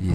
以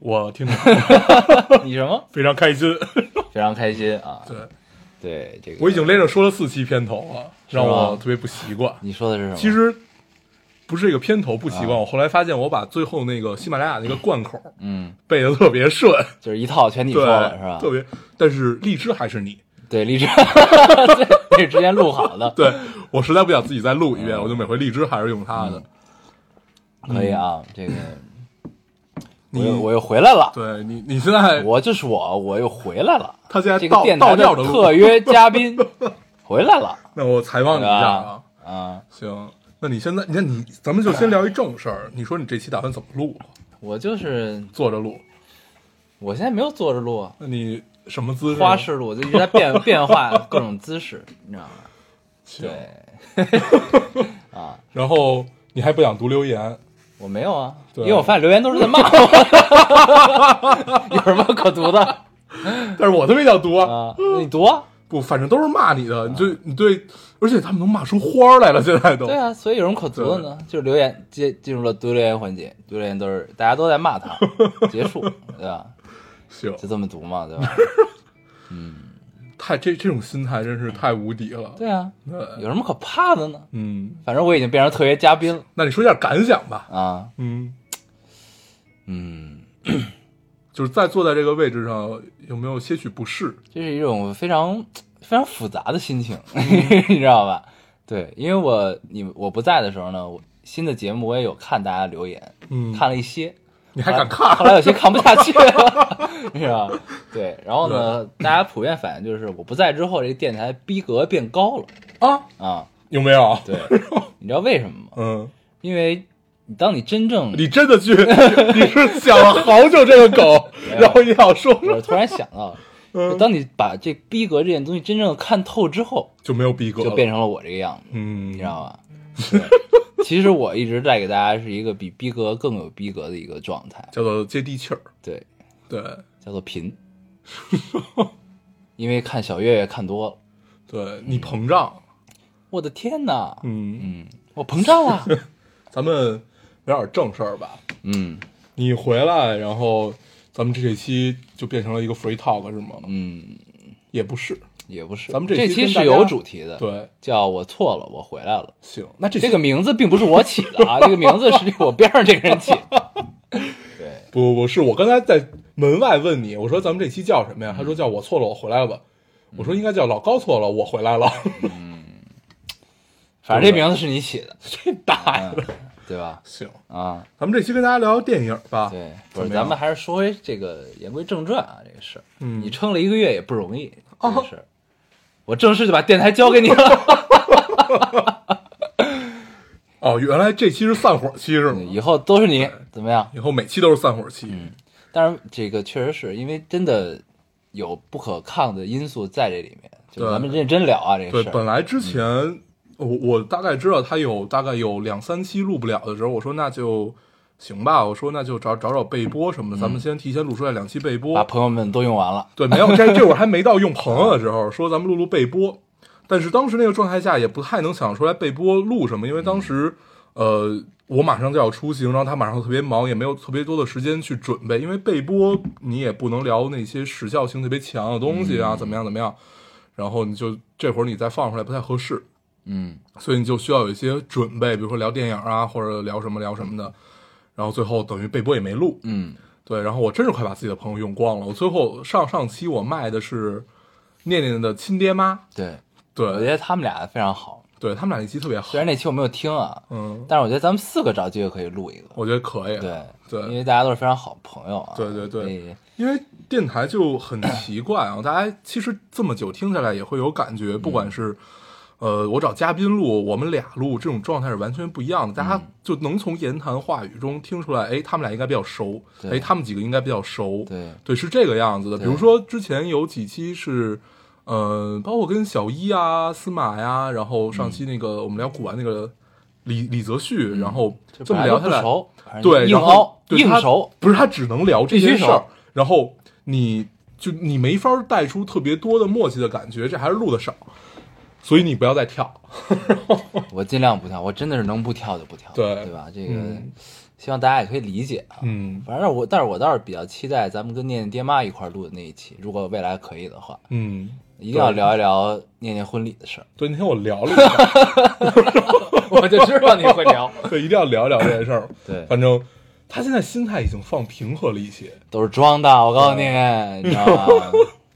我听着你什么？非常开心。非常开心啊！对对，这 个我已经连着说了四期片头了，让是我吗特别不习惯。你说的是什么？其实不是这个片头不习啊惯，我后来发现我把最后那个喜马拉雅那个贯口嗯，背的特别 顺，就是一套全你说对了是吧？，特别。但是荔枝还是你，对， 荔枝，这是之前录好 的，对我实在不想自己再录一遍，我就每回荔枝还是用它嗯的。可以啊，这个我你又我又回来了，对你，你现在我就是我，我又回来了，他现在这个倒电台倒的吊着录，特约嘉 宾回来了那我采访你一下啊。啊！行，那你现在，你看你，咱们就先聊一正事儿。你说你这期打算怎么录？我就是坐着录？我现在没有坐着录啊，那你什么姿势？花式录，我就一直在 变变化各种姿势，你知道吗？行对，然后你还不想读留言，我没有啊，对因为我发现留言都是在 骂我，有什么可读的但是我特别想读嗯啊！啊？那你读啊，不，反正都是骂你的，你对，你对，而且他们能骂出花儿来了，现在都。对啊，所以有什么可读的呢？就是留言接进入了读留言环节，读留言都是大家都在骂他，结 束，对吧？行，就这么读嘛，对吧？ 太这这种心态真是太无敌了。对啊，对，有什么可怕的呢？嗯，反正我已经变成特约嘉宾了那你说一下感想吧。啊，嗯，嗯，就是在坐在这个位置上，有没有些许不适？这是一种非常非常复杂的心情， 你知道吧？对，因为我你我不在的时候呢，我新的节目我也有看大家留言，嗯，看了一些，你还敢看 后？来有些看不下去了， 你知道吧？对，然后呢，大家普遍反映就是我不在之后，这个电台逼格变高了啊？啊。有没有？ 对，你知道为什么吗？嗯，因为你当你真正，你真的去， 你是想了好久这个梗，然后你想说说，我突然想到，就嗯，当你把这逼格这件东西真正看透之后，就没有逼格了，就变成了我这个样子，嗯，你知道吧？对其实我一直在给大家是一个比逼格更有逼格的一个状态，叫做接地气儿。对，对叫做贫，因为看小岳岳看多了，对，你膨胀，我的天哪，嗯，嗯，我膨胀 了，咱们聊点正事儿吧。嗯你回来，然后咱们这一期就变成了一个 free talk 是吗？嗯，也不是，也不是，咱们这这期期跟是大家有主题的，，对，叫我错了，我回来了。行，那这期这个名字并不是我起的啊，这个名字是我边上这个人起的。对，不不不是，我刚才在门外问你，我说咱们这期叫什么呀？他嗯说叫我错了，我回来了吧。我说应该叫老高错了，我回来了。嗯反正这名字是你起的， 这大呀！嗯，对吧？行，啊，咱们这期跟大家聊聊电影吧。对，不啊怎么是，咱样们还是说回这个言归正传啊，这个事儿，嗯你撑了一个月也不容易，这哦个事儿，我正式就把电台交给你 了，哦，原来这期是散伙期是吗？以后都是你，怎么样？以后每期都是散伙期。嗯当然，这个确实是因为真的有不可抗的因素在这里面，就对咱们认真聊啊，这对个，事本儿，嗯来之前、我我大概知道他有大概有两三期录不了的时候，我说那就行吧，我说那就找找找备播什么的，咱们先提前录出来两期备播。嗯把朋友们都用完了，对，没有这这会儿还没到用朋友的时候，说咱们录录备播，但是当时那个状态下也不太能想出来备播录什么，因为当时、呃我马上就要出行，然后他马上特别忙，也没有特别多的时间去准备，因为备播你也不能聊那些时效性特别强的东西啊，怎么样怎么样，然后你就这会儿你再放出来不太合适，嗯，所以你就需要有一些准备，比如说聊电影啊，或者聊什么聊什么的。然后最后等于备播也没录，嗯，对，然后我真是快把自己的朋友用光了。我最后上上期我卖的是念念的亲爹妈，对，我觉对，得他们俩非常好，对他们俩那期特别好虽，然那期我没有听啊，嗯，但是我觉得咱们四个找机会可以录一个，我觉得可以，对对因为大家都是非常好朋友啊，对对对所以因为电台嗯就很奇怪啊，大家其实这么久听下来也会有感觉，不管是。呃，我找嘉宾录，我们俩录，这种状态是完全不一样的。大嗯家就能从言谈话语中听出来，哎，他们俩应该比较熟，对哎，他们几个应该比较熟，对对，是这个样子的。比对如说之前有几期是，呃，包括跟小一啊、司马呀、然后上期那嗯个、我们聊古玩那个李李泽旭，然后这么聊下不来，熟，对，硬然后凹对硬他熟，不是他只能聊这必些须事儿熟，然后你就你没法带出特别多的默契的感觉，这还是录的少，所以你不要再跳。我尽量不跳，我真的是能不跳就不跳，对对吧？这个嗯希望大家也可以理解啊。嗯反正我，但是我倒是比较期待咱们跟念念爹妈一块儿录的那一期，如果未来可以的话， 嗯，一定要对聊一聊念念婚礼的 事儿。对，那天我聊了一下， 我就知道你会聊，对，一定要聊一聊这件事儿。对，反正他现在心态已经放平和了一些， 都是装的，我告诉你， 你知道吗？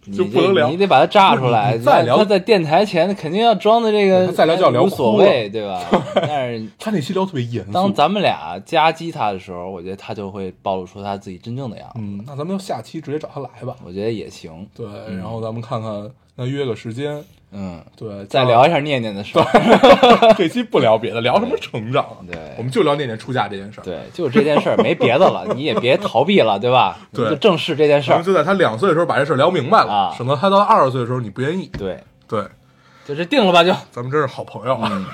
你就这不能聊你得把它炸出 来。你再聊他在电台前肯定要装的这个，他再聊就要聊无所哭了谓，对吧？ 但是他那期聊特别严肃。当咱们俩夹击他的时候，我觉得他就会暴露出他自己真正的样子。嗯，那咱们就下期直接找他来吧。我觉得也行，对，然后咱们看看，那约个时间，嗯，对，再这样。聊一下念念的事儿。这期不聊别的，聊什么成长啊？对我们就聊那年出嫁这件事儿。对，就这件事儿，没别的 了，你也别逃避了，对吧？对你就正视这件事咱儿们。就在他两岁的时候把这事儿聊明白了，啊省得他到二十岁的时候你不愿意。对，对，就这定了吧，就咱们真是好朋友啊。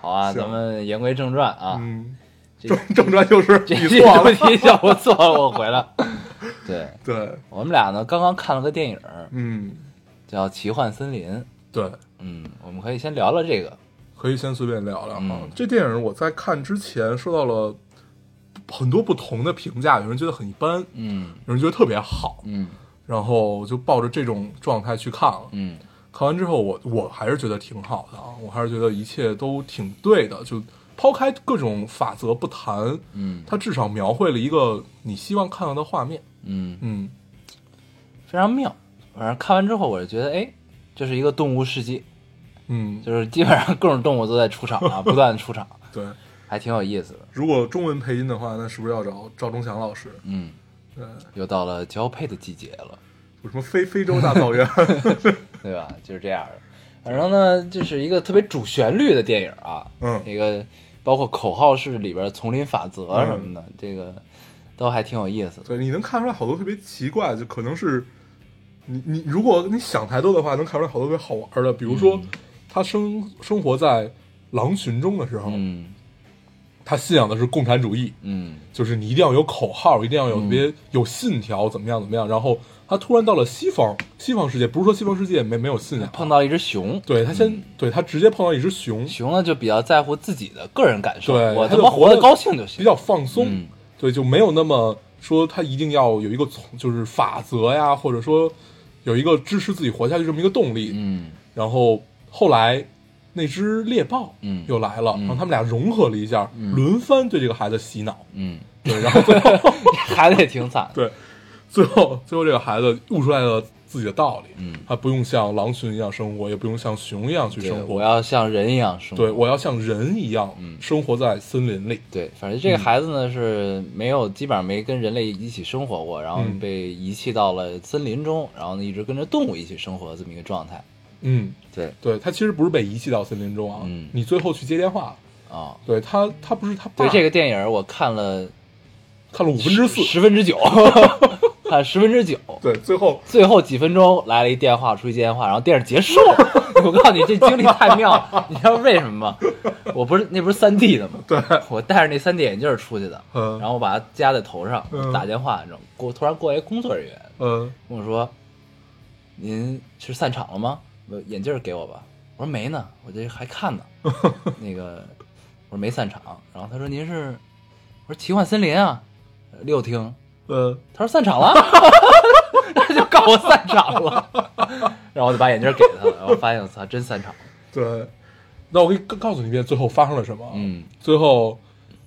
好啊。行咱们言归正传啊，嗯，这正正传就是这你这错了。题叫我错了，我回来。对对，我们俩呢，刚刚看了个电影嗯，叫《奇幻森林》，对，嗯，我们可以先聊聊这个。可以先随便聊聊啊。嗯这电影我在看之前收到了很多不同的评价，有人觉得很一般，嗯有人觉得特别好，嗯然后我就抱着这种状态去看了。嗯看完之后我，我还是觉得挺好的啊，我还是觉得一切都挺对的。就抛开各种法则不谈，嗯它至少描绘了一个你希望看到的画面。嗯，嗯，非常妙。反正看完之后，我就觉得，哎，这是一个动物世界，嗯，就是基本上各种动物都在出场啊，不断地出场，对。还挺有意思的。如果中文配音的话，那是不是要找赵忠祥老师？嗯，对，又到了交配的季节了，有什么非非洲大草 原？对吧？就是这样的。反正呢，这是一个特别主旋律的电影啊，嗯一个包括口号式里边丛林法则什么的，这个都还挺有意思的。对，你能看出来好多特别奇怪，就可能是你你如果你想太多的话，能看出来好多特别好玩的。比如说，他生生活在狼群中的时候，嗯他信仰的是共产主义，嗯就是你一定要有口号，一定要有特别有信条，怎么样怎么样。然后他突然到了西方，西方世界不是说西方世界没没有信仰，碰到一只熊，对他先、对他直接碰到一只熊，嗯熊呢就比较在乎自己的个人感受，对我它他就妈活活得得高兴就行。比较放松，嗯对，就没有那么说他一定要有一个从就是法则呀，或者说有一个支持自己活下去这么一个动力。嗯然后后来那只猎豹嗯又来了，嗯然后他们俩融合了一下，嗯轮番对这个孩子洗脑，嗯， 对，然后最后。孩子也挺惨对，最后最后这个孩子悟出来了自己的道理，嗯他不用像狼群一样生活，也不用像熊一样去对，生活，我要像人一样生活。对我要像人一样嗯生活在森林里，对，反正这个嗯孩子呢是没有，基本上没跟人类一起生活过，然后嗯被遗弃到了森林中，然后呢一直跟着动物一起生活的这么一个状态。嗯，对，对他其实不是被遗弃到森林中啊，嗯你最后去接电话，啊、对他他不是他爸，对这个电影我看了看了五分之四十，十分 之九，看十分之九。对，最后最后几分钟来了一电话，出去接电话，然后电影结束了。 我告诉你，这经历太妙了，你知道为什么吗？我不是那不是三 D 的吗？对， 我戴着那三 D 眼镜出去的，嗯然后我把它夹在头上，嗯打电话，你知道吗？过突然过来一工作人员嗯跟我说：“您是散场了吗？我眼镜给我吧。”我说：“没呢，我这还看 呢。”那个我说没散场，然后他说：“您是？”我说：“奇幻森林啊，六厅。”呃，他说散 场了，他就告我散场了，然后我就把眼镜给他了，然后发现我操，真散场了。对，那我给你告告诉你一遍最后发生了什么啊，嗯最后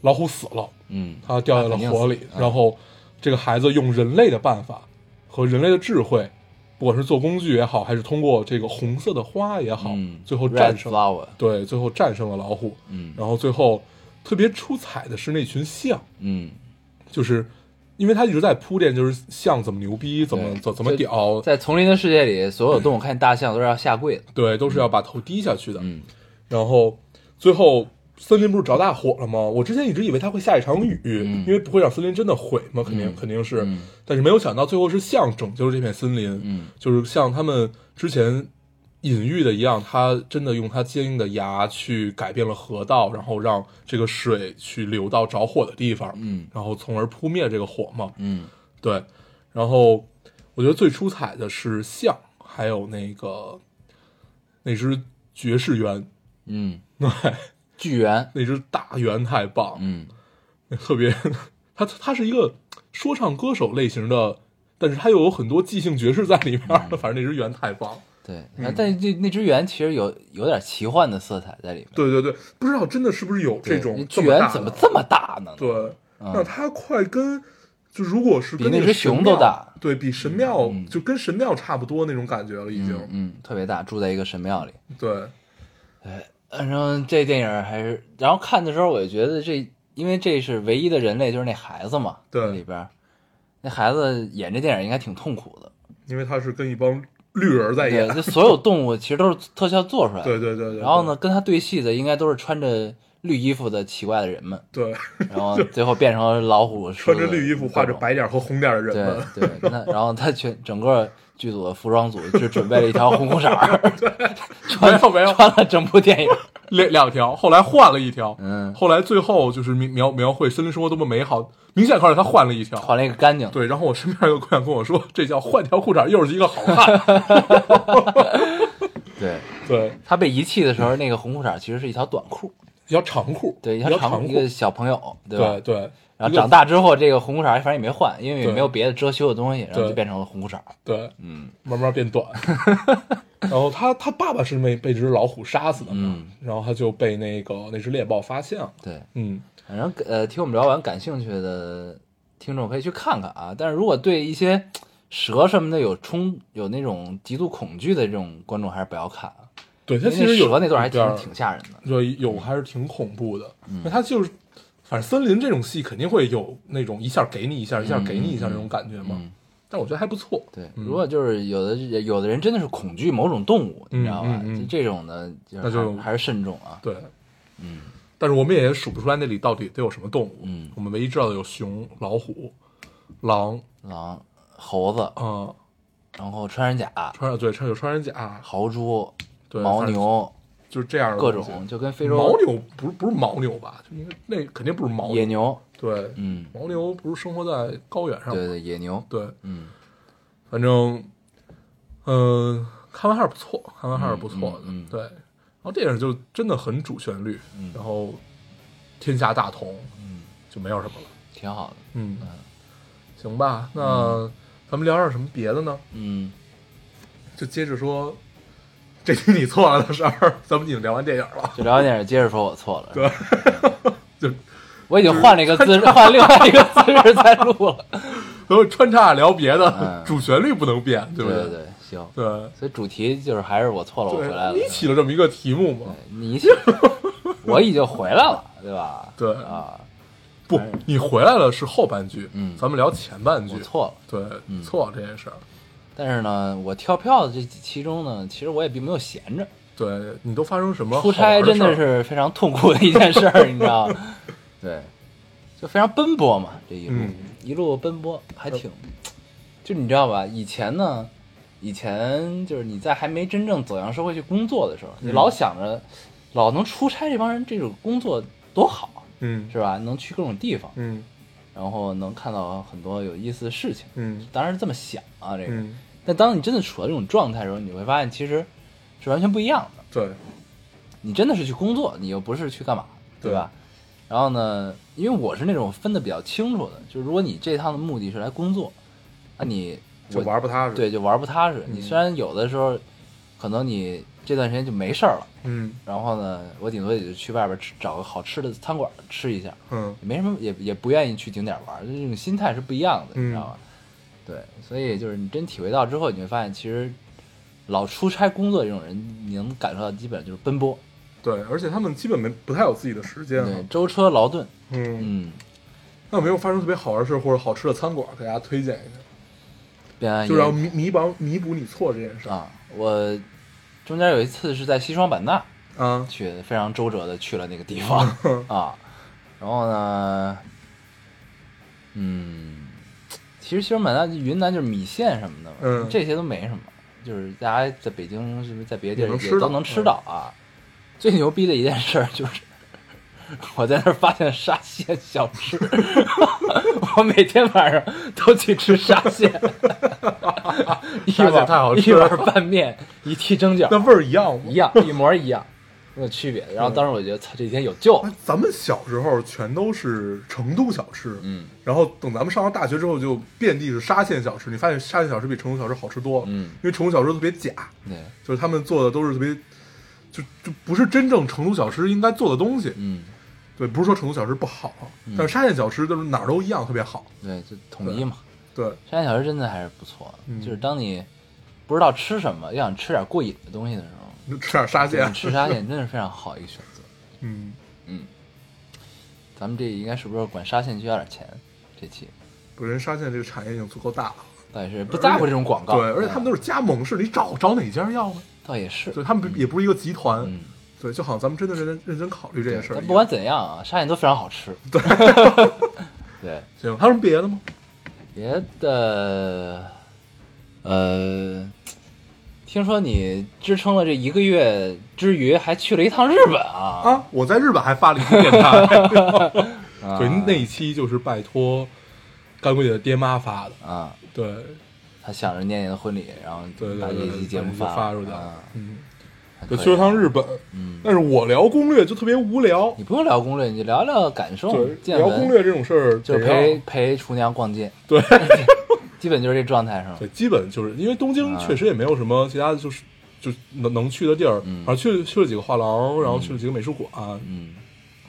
老虎死了。嗯他掉在了火肯里定，死然后这个孩子用人类的办法和人类的智慧，不管是做工具也好，还是通过这个红色的花也好，嗯，最后 Red 战胜 flower，对，最后战胜了老虎。嗯然后最后特别出彩的是那群象，嗯就是因为他一直在铺垫，就是象怎么牛逼，怎么对怎怎么就屌，在丛林的世界里，所有动物看见大象都是要下跪的。对，都是要把头低下去的。嗯，然后最后森林不是着大火了吗？我之前一直以为它会下一场雨，嗯因为不会让森林真的毁嘛，肯定、嗯肯定是、嗯但是没有想到最后是象拯救了这片森林，嗯就是像他们之前隐喻的一样，他真的用他坚硬的牙去改变了河道，然后让这个水去流到着火的地方，嗯然后从而扑灭这个火嘛。嗯对，然后我觉得最出彩的是象，还有那个那只爵士猿，嗯，对， 巨猿，那只大猿太棒， 嗯特别，他他是一个说唱歌手类型的，但是他又有很多即兴爵士在里面儿，嗯反正那只猿太棒。对，啊嗯但这那只猿其实有有点奇幻的色彩在里面。对对对，不知道真的是不是有这对种那这巨么大猿的怎么这么大呢？对？嗯那它快跟就如果是比跟那个只神熊都庙大，对比神庙嗯就跟神庙差不多那种感觉了，已嗯经。嗯，特别大，住在一个神庙里。对，反正这电影还是，然后看的时候我就觉得这，因为这是唯一的人类，就是那孩子嘛，对里边儿那孩子演这电影应该挺痛苦的。因为它是跟一帮绿人在演对，，就所有动物其实都是特效做出来哎的。对对对对。然后呢，跟他对戏的应该都是穿着绿衣服的奇怪的人们， 对？对，然后最后变成了老虎， 穿着狮子绿衣服、画着。白点儿和红点儿的各人种们，对对，跟他，然后他全整个剧组的服装组就准备了一条红裤衩 儿，穿没有没有穿了整部电影。两两条，后来换了一条，嗯后来最后就是描描描绘森林生活多么美好，明显看出来他换了一条，换了一个干净的。对，然后我身边有个姑娘跟我说，这叫换条裤衩，又是一个好汉。 对，对，他被遗弃的时候，那个红裤衩其实是一条短裤，要长裤，对，一要条长长一裤个，小朋友，对吧对？对。然一后个长，大之后，这个红裤衩反正也没换，因为也对没有别的遮羞的东西，然后对就变成了红裤衩。对，嗯慢慢变 短。然后他他爸爸是被被只老虎杀死的嘛，嗯然后他就被那个那只猎豹发现了。对，嗯，反正呃，听我们聊完感兴趣的听众可以去看看啊。但是如果对一些蛇什么的有冲有那种极度恐惧的这种观众，还是不要看啊。对他因其为实有蛇那段还边儿挺挺吓人的。对有还是挺恐怖的。嗯那他就是，反正森林这种戏肯定会有那种一下给你一下，一下给你一下那种感觉嘛。嗯但我觉得还不错。对，嗯如果就是有的有的人真的是恐惧某种动物，嗯你知道吧？嗯嗯就这种的，就那是就还还是慎重啊。对，嗯，但是我们也数不出来那里到底都有什么动物。嗯我们唯一知道的有熊、老虎、狼，狼、猴子，啊、呃，然后穿山甲、穿对穿有穿山甲，豪猪、对，牦反正牛，就是这样的各东西种就跟非洲牦牛不是不是牦牛吧？就应该那肯定不是牦野牛，对，嗯，牦牛不是生活在高原上吗？对对，野牛，对，嗯，反正，嗯、看完还是不错，看完还是不错的。嗯嗯嗯嗯对，然后电影就真的很主旋律，然后天下大同，嗯，就没有什么了。挺好的，嗯，行吧，那、咱们聊点什么别的呢？嗯，就接着说，这题你错了的事儿， 咱们已经聊完电影了，就聊完电影，接着说我错了，对，就我已经换了一个姿势，换另外一个姿势在录了，咱们穿插着聊别的，嗯主旋律不能变，对对不对对对，行，对所以主题就是还是我错了，我回来了，哎你起了这么一个题目嘛？你起，我已经回来了，对吧？对啊，不，你回来了是后半句，嗯咱们聊前半句我。错了。对，错了这件事儿，但是呢，我跳票的这几期中呢，其实我也并没有闲着，对你都发生什么出好差玩真的的事儿是非常痛苦的一件事儿，你 知道吗？对，就非常奔波嘛，这一路、嗯一路奔波，还挺，就你知道吧？以前呢，以前就是你在还没真正走向社会去工作的时候，嗯你老想着老能出差这帮人这种工作多好，嗯是吧？能去各种地方，嗯然后能看到很多有意思的事情。嗯当然是这么想啊，这个。嗯，但当你真的处在这种状态的时候，你会发现其实是完全不一样的。对，你真的是去工作，你又不是去干嘛，对吧？然后呢，因为我是那种分的比较清楚的，就是如果你这趟的目的是来工作，那你就玩嗯不踏实。，对就玩不踏实。你虽然有的时候可能你这段时间就没事儿了，嗯然后呢，我顶多也就去外边吃找个好吃的餐馆吃一下，嗯也没什么，也也不愿意去景点玩儿，就这种心态是不一样的，嗯你知道吧？对，所以就是你真体会到之后，你会发现，其实老出差工作这种人，你能感受到基本就是奔波，对，而且他们基本没不太有自己的时间对了，。舟车劳顿，嗯，嗯，那有没有发生特别好玩的事或者好吃的餐馆给大家推荐一下？便安就让也弥弥补弥补你错这件事啊，我中间有一次是在西双版纳啊去，非常周折的去了那个地 方啊，然后呢，嗯，其实西双版纳、云南就是米线什么的嘛，嗯这些都没什么，就是大家在北京是不是在别的地也儿能也吃都到能吃嗯到啊。最牛逼的一件事儿就是。我在那儿发现沙县小吃， 我每天晚上都去吃沙 县，一沙县碗太好一吃了碗拌面，一屉蒸饺那，味儿一样吗一？ 样一模一样，没有区别。然后当时我觉得，操，这几天有救哎，咱们小时候全都是成都小吃，嗯然后等咱们上了大学之后，就遍地是沙县小吃。你发现沙县小吃比成都小吃好吃多了，嗯因为成都小吃特别假，对，就是他们做的都是特别，就就不是真正成都小吃应该做的东西。嗯，对，不是说成都小吃不好，但是沙县小吃就是哪儿都一样，特别好。对，就统一嘛。对，山下小吃真的还是不错的，嗯就是当你不知道吃什么，又想吃点过瘾的东西的时候，你就吃点沙对啊县你，吃沙县真的是非常好一个选 择。嗯，嗯，咱们这应该是不是管沙县需要点钱？这期本身沙县这个产业已经足够大了。倒也是不在乎这种广告，对，而且他们对都是加盟式，你找找哪家要呢？倒也是，对他们也不是一个集团，嗯，对，就好像咱们真的认真认真考虑这件对，事儿一但样。不管怎样啊，沙县都非常好吃。对， 对，行，还有什么别的吗？别的，呃，听说你支撑了这一个月之余，还去了一趟日本啊？啊，我在日本还发了一期电台， 啊对，那一期就是拜托干闺女的爹妈发的，啊，对他想着念念的婚礼，然后对把对这对，期节目就发出去了了啊，。嗯，还对，可以去了趟日本，嗯，但是我聊攻略就特别无聊，你不用聊攻略，你就聊聊感受对，、见聊闻，攻略这种事儿就得是让陪陪厨娘逛街， 对基本就是这状态是吗？对，基本就是因为东京啊确实也没有什么其他的，就是就能能去的地儿，嗯然后去去了几个画廊，然后去了几个美术馆，嗯，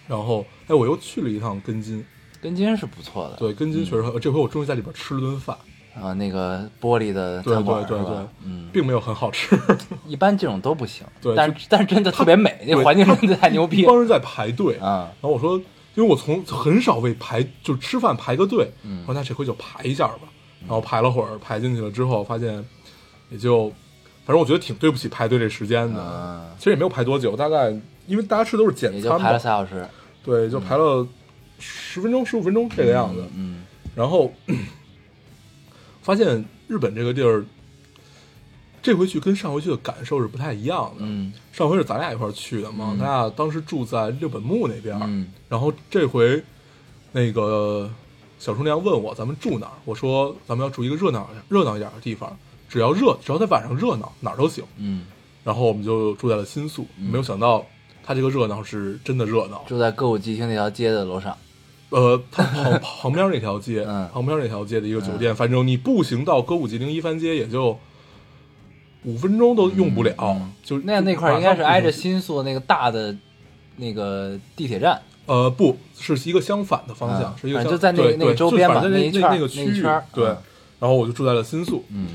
然后哎，我又去了一趟根津，根筋是不错的。对，根津确实很，这回我终于在里边吃了顿饭，啊，那个玻璃的对餐馆对对是吧对嗯，并没有很好吃，一般这种都不行，对但是但是真的特别美，那对环境真的太牛逼 一了帮人在排队，啊！然后我说，因为我从很少为排就吃饭排个队，嗯我说那这回就排一下吧。然后排了会儿，排进去了之后，发现也就，反正我觉得挺对不起排队这时间的。嗯其实也没有排多久，大概因为大家吃的都是简也就餐排了嗯嘛，仨小时，对，就排了十分钟、十五分钟这个样子。嗯，然后发现日本这个地儿，这回去跟上回去的感受是不太一样的。嗯上回是咱俩一块儿去的嘛，咱俩当时住在六本木那边儿，嗯然后这回那个小厨娘问我咱们住哪儿，我说咱们要住一个热闹热闹一点的地方，只要热，只要在晚上热闹哪儿都行。嗯，然后我们就住在了新宿，没有想到它这个热闹是真的热闹，住在歌舞伎町那条街的楼上，呃，它 旁旁边那条街，嗯旁边那条街的一个酒店，反正你步行到歌舞伎町一番街也就五分钟都用不了，就嗯那那块儿应该是挨着新宿那个大的那个地铁站，呃不是一个相反的方向，嗯是一个反相正就在那对那个对周就边反嘛正那那一圈儿那个那区一域圈儿对，嗯然后我就住在了新宿，嗯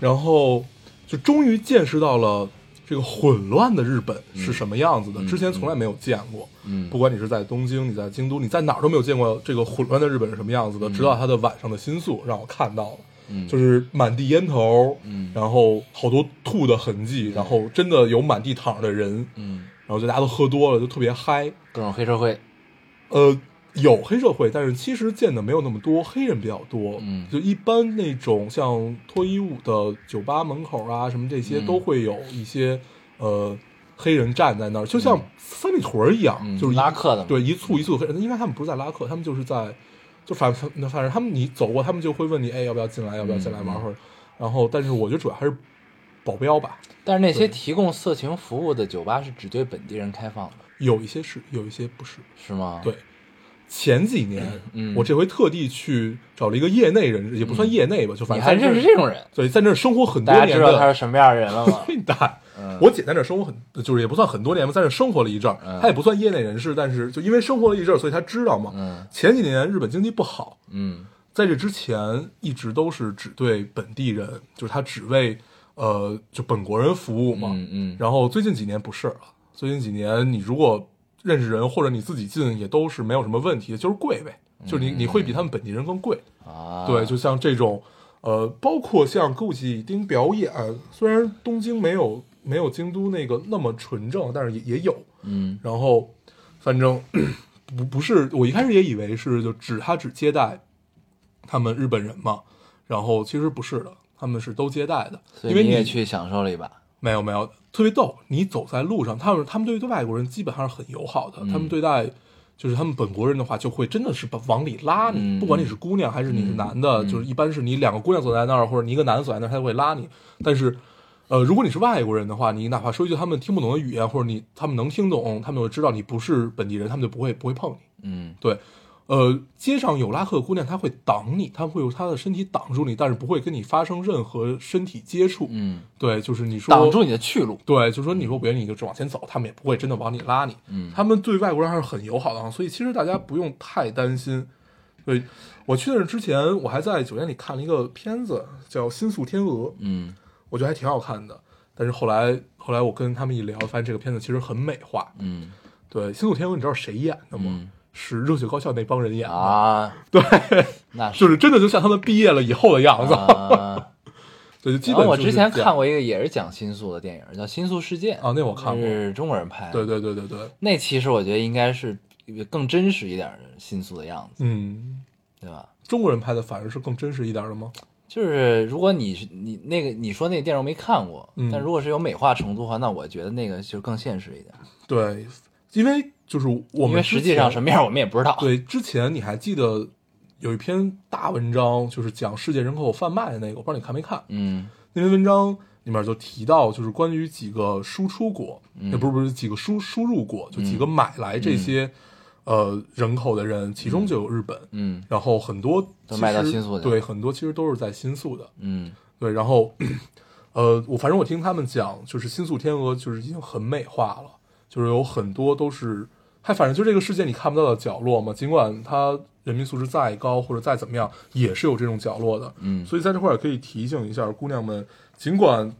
然后就终于见识到了这个混乱的日本是什么样子的，之前从来没有见过。嗯，不管你是在东京，你在京都，你在哪儿都没有见过这个混乱的日本是什么样子的，直到他的晚上的新宿让我看到了，嗯就是满地烟头，嗯然后好多吐的痕迹，然后真的有满地躺着的人，嗯，然后就大家都喝多了，就特别嗨。各种黑社会，呃，有黑社会，但是其实见的没有那么多，黑人比较多。嗯就一般那种像脱衣舞的酒吧门口啊，什么这些、嗯都会有一些呃黑人站在那儿，就像三里屯儿一样，嗯就是一拉客的嘛对，一簇一簇黑人，因为他们不是在拉客，他们就是在就反反反正他们你走过，他们就会问你，哎，要不要进来？要不要进来嗯玩会儿？然后，但是我觉得主要还是保镖吧，但是那些提供色情服务的酒吧是只对本地人开放的，有一些是，有一些不是。是吗？对，前几年，啊嗯我这回特地去找了一个业内人士，也不算业内吧，就反你正还在认儿识这种人？对，在那儿生活很多大家年知道他的是。什么样的人 了嗯吗？嘿大，我姐在那儿生活很，就是也不算很多年吧，在那儿生活了一阵儿。嗯她也不算业内人士，但是就因为生活了一阵儿，所以她知道嘛。嗯前几年日本经济不好，嗯在这之前一直都是只对本地人，就是他只为呃就本国人服务嘛。嗯嗯然后最近几年不是了，最近几年你如果认识人或者你自己进也都是没有什么问题，就是贵呗。就是你你会比他们本地人更贵。嗯啊，对，就像这种，呃，包括像歌舞伎町表演，虽然东京没有没有京都那个那么纯正，但是也也有。嗯然后，反正不不是，我一开始也以为是就只他只接待他们日本人嘛，然后其实不是的，他们是都接待的，所因以为你也你去享受了一把，没有没有，特别逗。你走在路上，他们他们对外国人基本上是很友好嗯的，他们对待就是他们本国人的话，就会真的是把往里拉你，嗯不管你是姑娘还是你是男的，就是一般是你两个姑娘走在那儿，或者你一个男的走在那儿，他就会拉你。但是，呃，如果你是外国人的话，你哪怕说一句他们听不懂的语言，或者你他们能听懂，他们就知道你不是本地人，他们就不会不会碰你。嗯对，呃，街上有拉客姑娘，她会挡你，她会用她的身体挡住你，但是不会跟你发生任何身体接触。嗯，对，就是你说挡住你的去路，对，就说你说不愿意你就往前走，他们也不会真的往你拉你。嗯他们对外国人还是很友好的啊，所以其实大家不用太担心。对，我去那儿之前，我还在酒店里看了一个片子，叫《新宿天鹅》，嗯我觉得还挺好看的。但是后来，后来我跟他们一聊，发现这个片子其实很美化。嗯对，《新宿天鹅》，你知道谁演的吗？嗯是热血高校那帮人演的，啊，对， 那是就是真的就像他们毕业了以后的样子。啊，对，就基然本后我就是之前这样看过一个也是讲新宿的电影，叫《新宿事件》啊，那我看过。是中国人拍的，对对对对对，那其实我觉得应该是更真实一点的新宿的样子，嗯，对吧？中国人拍的反而是更真实一点的吗？就是如果你是你那个你说那个电影我没看过，嗯但如果是有美化程度的话，那我觉得那个就更现实一点，对，因为就是我因为们实际上什么么样我们也不知道。对之前你还记得有一篇大文章，就是讲世界人口贩卖的那个，我不知道你看没看嗯那篇文章。里面就提到，就是关于几个输出国，嗯也不是不是几个输输入国，就几个买来这些，呃人口的人，其中就有日本，嗯然后很多都其卖到实新宿去了对，很多其实都是在新宿的，嗯对，然后，呃，我反正我听他们讲，就是新宿天鹅就是已经很美化了，就是有很多都是，还反正就这个世界你看不到的角落嘛，尽管它人民素质再高或者再怎么样，也是有这种角落的。嗯所以在这块儿也可以提醒一下姑娘们，尽管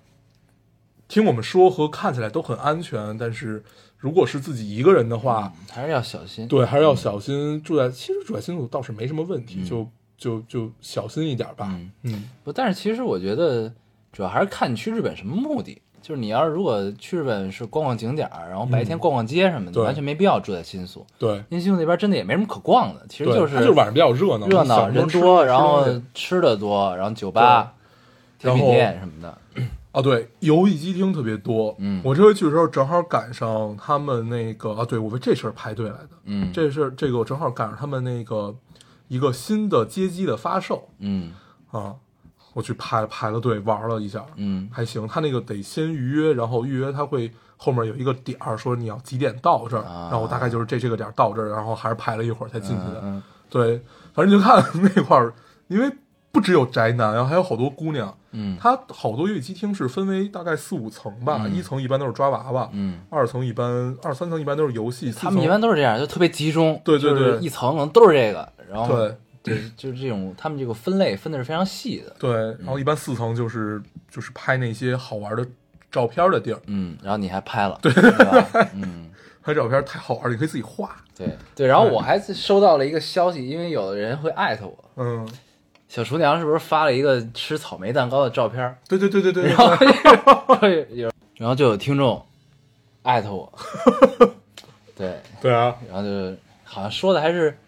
听我们说和看起来都很安全，但是如果是自己一个人的话，还是要小心。对，还是要小心。住在其实住在新宿倒是没什么问题，就就就小心一点吧。嗯嗯不，但是其实我觉得主要还是看你去日本什么目的。就是你要是如果去日本是逛逛景点儿，然后白天逛逛街什么的，嗯对完全没必要住在新宿，对。因为新宿那边真的也没什么可逛的，其实对就它就是晚上比较热闹，热闹小时候人吃多，吃然东后西吃的多，然后酒吧、对甜品然后店什么的，啊，对，游戏机厅特别多。嗯我这回去的时候正好赶上他们那个啊，对我为这事儿排队来的。嗯这事儿这个我正好赶上他们那个一个新的街机的发售嗯啊，我去排排了队玩了一下，嗯还行。他那个得先预约，然后预约他会后面有一个点儿说你要几点到这儿，啊然后我大概就是这这个点儿到这儿，然后还是排了一会儿才进去的。嗯对，反正就看 那块儿，因为不只有宅男，啊然后还有好多姑娘。嗯它好多乐器厅是分为大概四五层吧，一层一般都是抓娃娃，嗯，二层一般二三层一般都是游戏，他们一般都都是这样，就特别集中，对对就是对一层可能都是这个，然后对就是就是这种他们这个分类分的是非常细的，对，然后一般四层就是就是拍那些好玩的照片的地儿，嗯，然后你还拍了，对吧？嗯。拍照片太好玩了，你可以自己画，对对，然后我还收到了一个消息，因为有的人会艾特我，嗯，小厨娘是不是发了一个吃草莓蛋糕的照片儿？ 对对对对对，然后会有，然后就有听众艾特我， 对， 对啊，然后就好像说的还是，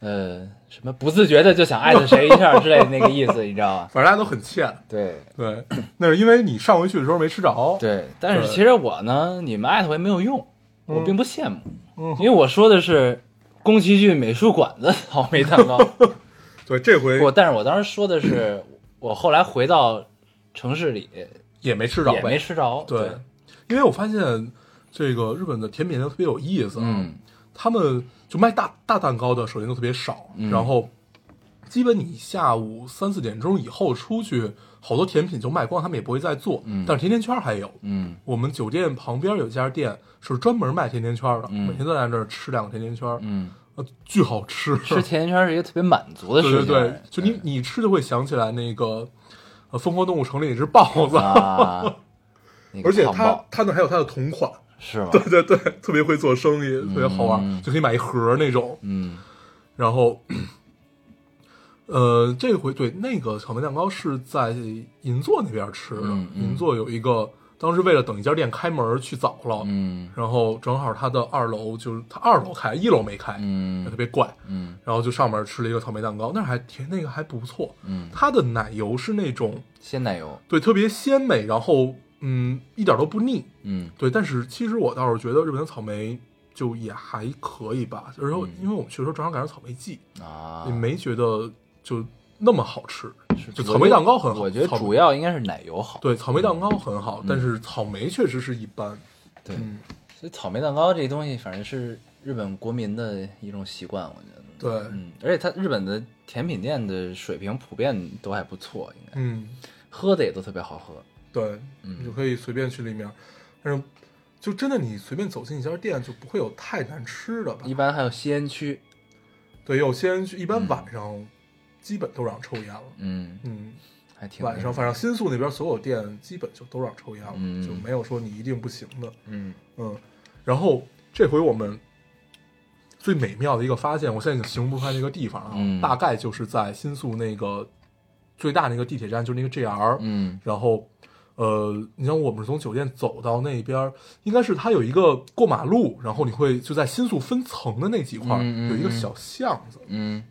呃，什么不自觉的就想艾特谁一下之类的那个意思，你知道吗？反正大家都很欠， 对对， 那是因为你上回去的时候没吃着，，对，但是对其实我呢，你们艾特我也没有用，我并不羡慕，嗯因为我说的是宫崎骏美术馆的草莓蛋糕，对，这回我但是我当时说的是，我后来回到城市里也没吃着也呗没吃着，对对，，因为我发现这个日本的甜品都特别有意思啊，嗯他们就卖大大蛋糕的，首先就特别少，嗯然后基本你下午三四点钟以后出去，好多甜品就卖光，他们也不会再做，嗯但是甜甜圈还有。嗯我们酒店旁边有一家店是专门卖甜甜圈的，嗯每天都在这儿吃两个甜甜圈，嗯，呃，巨好吃。吃甜甜圈是一个特别满足的哎对对事情，对，就你你吃就会想起来那个，呃，《疯狂动物城》里那只豹子，啊，那 个而且汉它堡它那还有它的同款， 是吗？对对对，特别会做生意，特别好玩，就可以买一盒那种。嗯然后， 呃，这回对那个草莓蛋糕是在银座那边吃的，嗯嗯银座有一个，当时为了等一家店开门去早了，嗯然后正好它的二楼就是它二楼开，一楼没开，嗯特别怪，嗯然后就上面吃了一个草莓蛋糕，那还挺那个还不错，嗯，它的奶油是那种鲜奶油，对特别鲜美，然后嗯一点都不腻，嗯对，但是其实我倒是觉得日本的草莓就也还可以吧，然后嗯因为我们去的时候正好赶上草莓季，啊也，没觉得就那么好吃。是就草我莓觉得蛋糕很好我觉得草莓主要应该是奶油好。对，草莓蛋糕很好，嗯但是草莓确实是一般。对嗯，所以草莓蛋糕这东西，反正是日本国民的一种习惯，我觉得。对，嗯，而且它日本的甜品店的水平普遍都还不错，应该嗯，喝的也都特别好喝。对，嗯你就可以随便去里面，但是就真的你随便走进一家店，就不会有太难吃的吧一？般还有吸烟区，对，有些人去一般晚上基本都让抽烟了。嗯，嗯，还挺晚上反正新宿那边所有店基本就都让抽烟了，嗯就没有说你一定不行的。嗯嗯，然后这回我们最美妙的一个发现，我现在已经形容不出来那个地方了啊，嗯大概就是在新宿那个最大那个地铁站，就是那个 JR，、嗯然后呃，你像我们是从酒店走到那边，应该是它有一个过马路，然后你会就在新宿分层的那几块、嗯嗯有一个嗯小巷子，嗯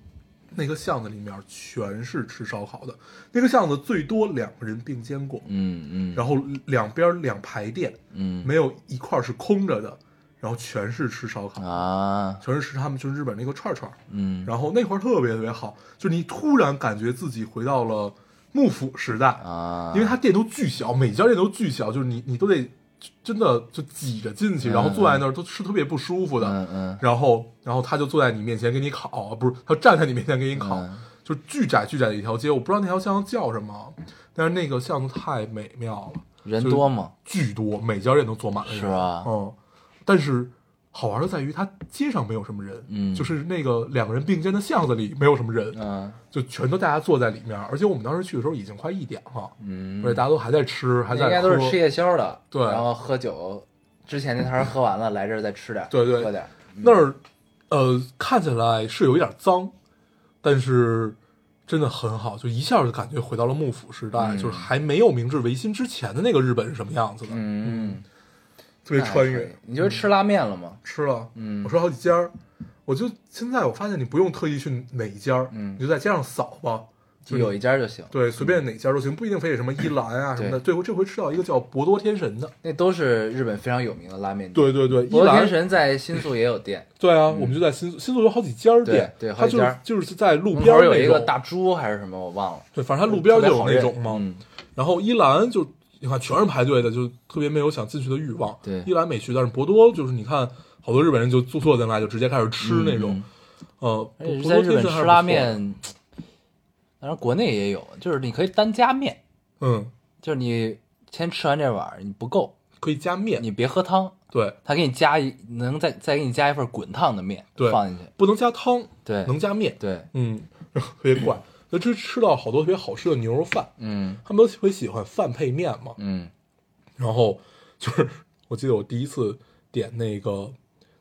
那个巷子里面全是吃烧烤的，那个巷子最多两个人并肩过，嗯嗯，然后两边两排店。嗯没有一块儿是空着的，然后全是吃烧烤，啊全是吃他们就是日本那个串串儿。嗯然后那块儿特别特别好，就你突然感觉自己回到了幕府时代，啊，因为它店都巨小，每家店都巨小，就是你你都得就真的就挤着进去，嗯然后坐在那儿都是特别不舒服的。嗯嗯然后然后他就坐在你面前给你烤，不是他站在你面前给你烤，嗯就巨窄巨窄的一条街，我不知道那条巷子叫什么，但是那个巷子太美妙了。人多吗？巨多，每家店都坐满了人，是吧嗯，但是好玩的在于它街上没有什么人，嗯就是那个两个人并肩的巷子里没有什么人，嗯就全都大家坐在里面，而且我们当时去的时候已经快一点了，嗯，而且大家都还在吃，还应在该喝都，是吃夜宵的，对然后喝酒之前那摊儿喝完了，来这儿再吃点儿，对对喝点儿，那儿呃看起来是有一点脏，但是。真的很好，就一下就感觉回到了幕府时代，嗯就是还没有明治维新之前的那个日本是什么样子的，嗯，特别那还穿可越以。你觉得吃拉面了吗？吃了，嗯我吃了好几家儿，我就现在我发现你不用特意去哪一家儿，嗯你就在街上扫吧，就有一家就行，对，随便哪家儿都行，不一定非得什么一兰啊什么的。对，我这回吃到一个叫博多天神的，那都是日本非常有名的拉面店。对对对，一博兰天，神在新宿也有店，对啊，我们就在新宿新宿有好几家儿店，对对它好几就家是儿就是在路门边口儿有那一个种大猪还是什么，我忘了。对，反正它路边儿就特有别好那认种嘛，嗯然后一兰就你看全是排队的，就特别没有想进去的欲望。对一兰没去，但是博多就是你看好多日本人就坐坐在那就直接开始吃那种，呃，嗯而且博哎是博多在日天神还本是吃不错拉的，面，当然国内也有，就是你可以单加面，嗯，就是你先吃完这碗儿你不够，可以加面，你别喝汤，对，他给你加一能再再给你加一份滚烫的面对放进去，不能加汤，对，能加面，对，嗯， 特别怪。那吃吃到好多特别好吃的牛肉饭，嗯他们都会喜欢饭配面嘛。嗯然后就是我记得我第一次点那个，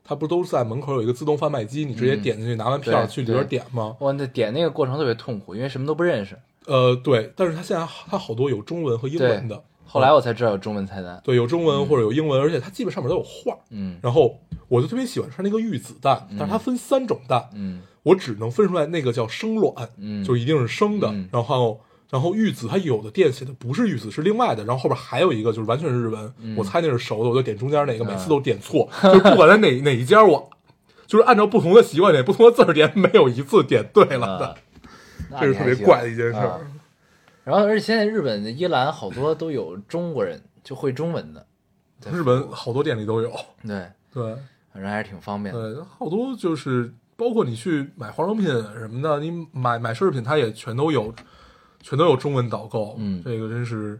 它不都是在门口有一个自动贩卖机，你直接点进去拿完票嗯对去里边对点吗？哇，那点那个过程特别痛苦，因为什么都不认识。呃，对，但是它现在好它好多有中文和英文的，后来我才知道有中文菜单。对有中文或者有英文，而且它基本上面都有画儿。 嗯然后我就特别喜欢吃那个玉子蛋，但是它分三种蛋，嗯我只能分出来那个叫生卵，嗯就一定是生的。嗯然后，然后玉子它有的店写的不是玉子，是另外的。然后后边还有一个就是完全是日文，嗯我猜那是熟的，我就点中间那个，每次都点错，就是不管在 哪哪一家我。就是按照不同的习惯点不同的字儿点，没有一次点对了的啊，，那这是你特还别行怪的一件事啊儿。然后，而且现在日本的伊兰好多都有中国人，就会中文的，对日本好多店里都有，对，对反正还是挺方便的。对，好多就是包括你去买化妆品什么的，你买买奢侈品，它也全都有，全都有中文导购。嗯哎这个真是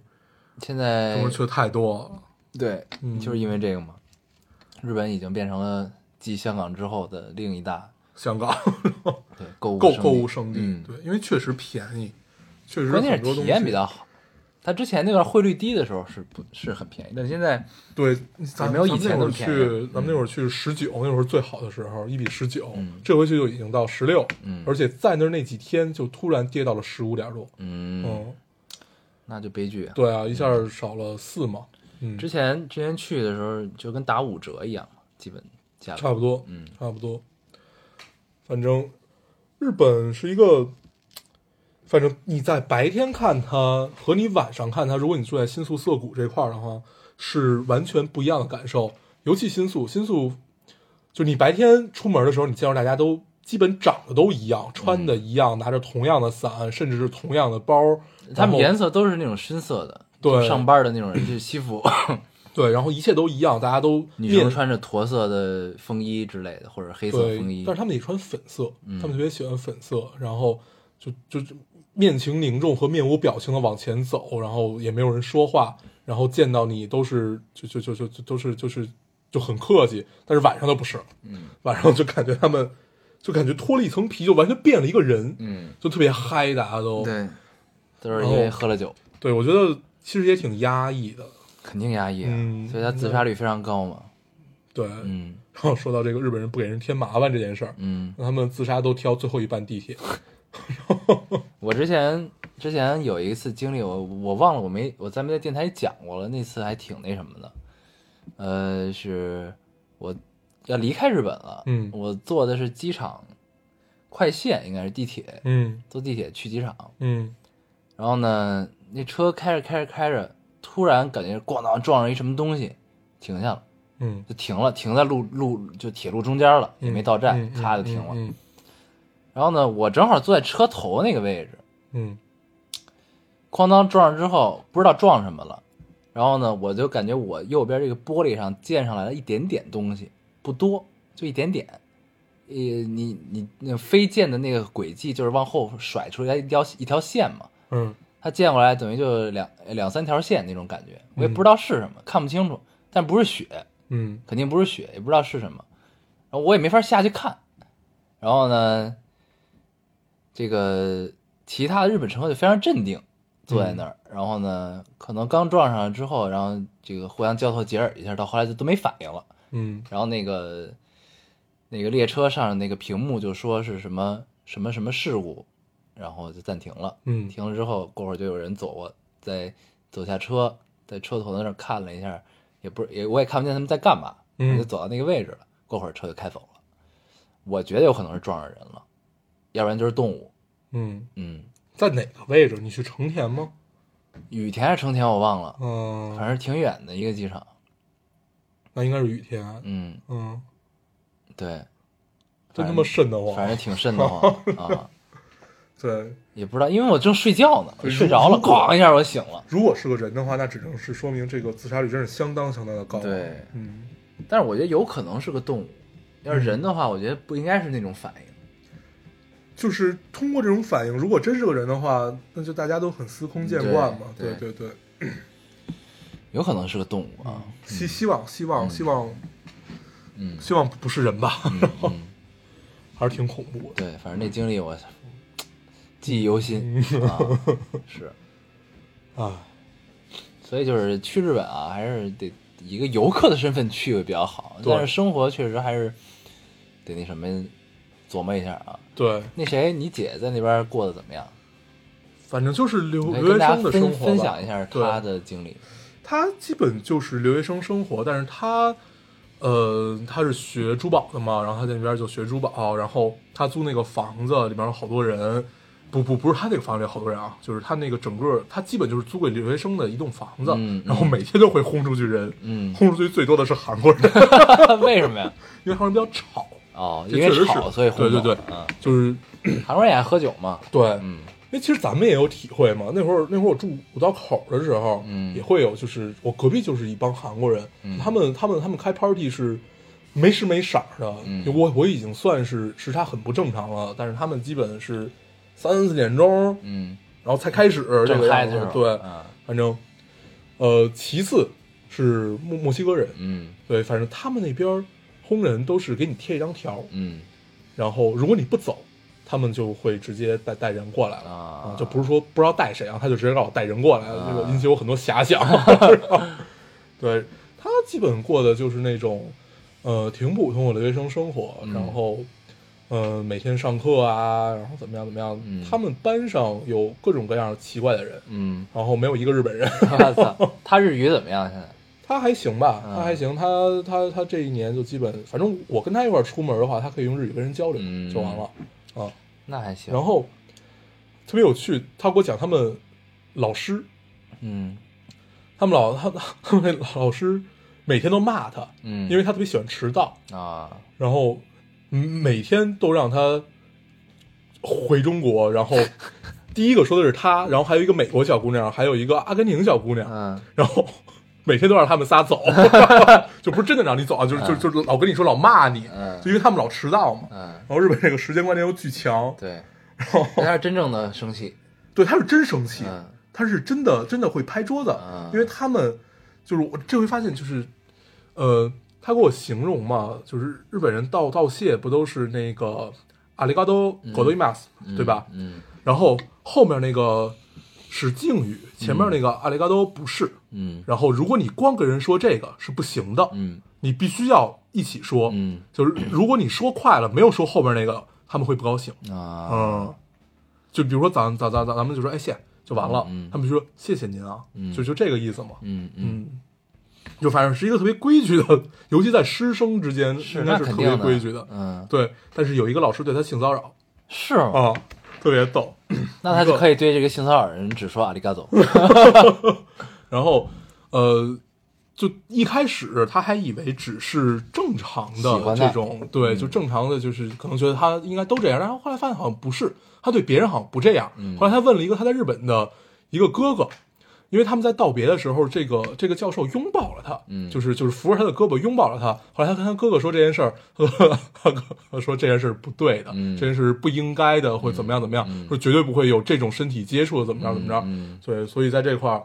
现在中国人去的太多了。对嗯，就是因为这个嘛，日本已经变成了继香港之后的另一大香港对购物购地购物圣地，嗯，对，因为确实便宜，确实关键很是多东体西验比较好。它之前那段汇率低的时候是不是很便宜，但现在对，咱没有以咱前那会那儿么去便宜，咱们那会儿去十九，那会儿最好的时候一比十九嗯，这回去就已经到十六，嗯而且在那儿那几天就突然跌到了十五点多，嗯，嗯，那就悲剧啊。对啊，一下少了四嘛，嗯，之前之前去的时候就跟打五折一样嘛，基本价格差不多，嗯差不多。反正日本是一个，反正你在白天看它和你晚上看它，如果你住在新宿涩谷这块儿的话，是完全不一样的感受。尤其新宿，新宿就你白天出门的时候，你见到大家都基本长得都一样，穿的一样，拿着同样的伞，甚至是同样的包。他然们后颜色都是那种深色的，对就上班的那种人，就是西服，对，然后一切都一样，大家都女面生穿着驼色的风衣之类的，或者黑色对风衣，，嗯但是他们也穿粉色，他们特别喜欢粉色，然后就就是面情凝重和面无表情的往前走，然后也没有人说话，然后见到你都是就就就就就都是就是就很客气，但是晚上都不是，嗯，晚上就感觉他们就感觉脱了一层皮，就完全变了一个人，嗯，就特别嗨，大家都对，都是因为喝了酒，对我觉得其实也挺压抑的，肯定压抑啊，嗯所以他自杀率非常高嘛。对，嗯然后说到这个日本人不给人添麻烦这件事儿，嗯，他们自杀都挑最后一班地铁，我之前之前有一次经历，我我忘了我没我在没在电台讲过了，那次还挺那什么的，呃，是我要离开日本了，嗯我坐的是机场快线，应该是地铁，嗯坐地铁去机场，嗯然后呢，那车开着开着开着，突然感觉咣当撞上一什么东西，停下了，嗯。就停了，停在路路就铁路中间了，也没到站，嗯嗯咔就停了。嗯然后呢，我正好坐在车头那个位置，嗯哐当撞上之后，不知道撞什么了，然后呢，我就感觉我右边这个玻璃上溅上来了一点点东西，不多，就一点点。呃，你你那飞溅的那个轨迹就是往后甩出来一条一条线嘛，嗯它溅过来等于就两两三条线那种感觉，我也不知道是什么，看不清楚，但不是血，嗯肯定不是血，也不知道是什么，然后我也没法下去看，然后呢，这个其他的日本乘客就非常镇定，坐在那儿，然后呢，可能刚撞上了之后，然后这个互相交头接耳一下，到后来就都没反应了，嗯然后那个那个列车上那个屏幕就说是什么什么什么事故，然后就暂停了。嗯停了之后，过会儿就有人走过，在走下车，在车头那儿看了一下，也不是也我也看不见他们在干嘛，嗯我就走到那个位置了。过会儿车就开走了，我觉得有可能是撞上人了，要不然就是动物。嗯，嗯，在哪个位置？你去成田吗？羽田还是成田我忘了，嗯，反正挺远的一个机场。那应该是雨天。嗯，嗯，对，真他妈瘆得反慌。正挺瘆得 慌啊。对，也不知道，因为我正睡觉呢，对睡着了，如果哐一下我醒了。如果是个人的话，那只能是说明这个自杀率真是相当相当的高。，对，嗯，但是我觉得有可能是个动物，要是人的话，我觉得不应该是那种反应。就是通过这种反应，如果真是个人的话，那就大家都很司空见惯嘛。对对对对，有可能是个动物啊，希希望希望希望嗯希望不是人吧，嗯嗯， 还是挺恐怖的。对，反正那经历我记忆犹 新啊，是，啊，所以就是去日本啊，还是得以一个游客的身份去会比较好，对但是生活确实还是得那什么琢磨一下啊。对，那谁，你姐在那边过得怎么样？反正就是留你可以留学跟大家生的生分活吧分享一下对她的经历。 他基本就是留学生生活，但是他，呃，他是学珠宝的嘛，然后他在那边就学珠宝，然后他租那个房子，里面有好多人，不不不是他那个房子里有好多人啊，就是他那个整个他基本就是租给留学生的一栋房子，嗯嗯然后每天都会轰出去人，嗯轰出去最多的是韩国人， 为什么呀？因为韩国人比较吵，哦，这因为确实吵，是所以轰对走对对嗯，就是韩国人也爱喝酒嘛，对，嗯因为其实咱们也有体会嘛，那会儿那会儿我住五道口的时候，嗯也会有，就是我隔壁就是一帮韩国人，嗯他们他们他们开 party 是没时没色儿的，嗯我我已经算是时差很不正常了，但是他们基本是三四点钟，嗯，然后才开始这个正嗨样的子时，候，对，嗯反正呃，其次是墨墨西哥人，嗯对，反正他们那边儿轰人都是给你贴一张条儿，嗯然后如果你不走，他们就会直接带带人过来了啊就不是说不知道带谁啊，他就直接让我带人过来了，啊这个引起我很多遐 想。知道吗对他基本过的就是那种呃挺普通的留学生生活，嗯然后呃每天上课啊，然后怎么样怎么样。嗯他们班上有各种各样奇怪的人，嗯，然后没有一个日本人。 我操，他日语怎么样？现在他还行吧，嗯他还行，他他他这一年就基本，反正我跟他一块儿出门的话，他可以用日语跟人交流，嗯就完了啊。那还行。然后特别有趣，他给我讲他们老师，嗯他们老他他们那老师每天都骂他，嗯，因为他特别喜欢迟到，啊然后嗯每天都让他回中国，然 后第一个说的是他，然后还有一个美国小姑娘，还有一个阿根廷小姑娘，嗯然后每天都让他们仨 走，就不是真的让你走啊，就是就就老跟你说老骂你，嗯就因为他们老迟到嘛。嗯，然后日本这个时间观念又巨强， 对，人家是真正的生气。对，他是真生气，嗯他是真的真的会拍桌子嗯，因为他们就是我这回发现就是，呃，他给我形容嘛，就是日本人道道谢不都是那个阿里嘎多狗多伊马斯对吧？嗯然后后面那个是敬语，前面那个阿里嘎多不是。嗯然后，如果你光跟人说这个是不行的，嗯你必须要一起说。嗯就是如果你说快了，没有说后边那个，他们会不高兴。啊嗯，就比如说咱咱咱咱咱们就说哎谢就完了，嗯嗯他们就说谢谢您啊，嗯就就这个意思嘛。嗯嗯，嗯，就反正是一个特别规矩的，尤其在师生之间，是应该那是肯特定别的规矩的。嗯，对，但是有一个老师对他性骚扰是吗？啊，特别逗。那他就可以对这个性骚扰人只说阿里 嘎多。然后呃，就一开始他还以为只是正常喜的欢嗯他这种，对，就正常的，就是可能觉得他应该都这样，但是后来发现好像不是，他对别人好像不这样。嗯后来他问了一个他在日本的一个哥哥。因为他们在道别的时候，这个这个教授拥抱了他，嗯就是就是扶着他的胳膊拥抱了他。后来他跟他哥哥说这件事儿， 他哥哥说这件事儿不对的，嗯这件事儿不应该的，或者怎么样怎么样，说绝对不会有这种身体接触的，怎么着怎么着。嗯所以所以在这块儿，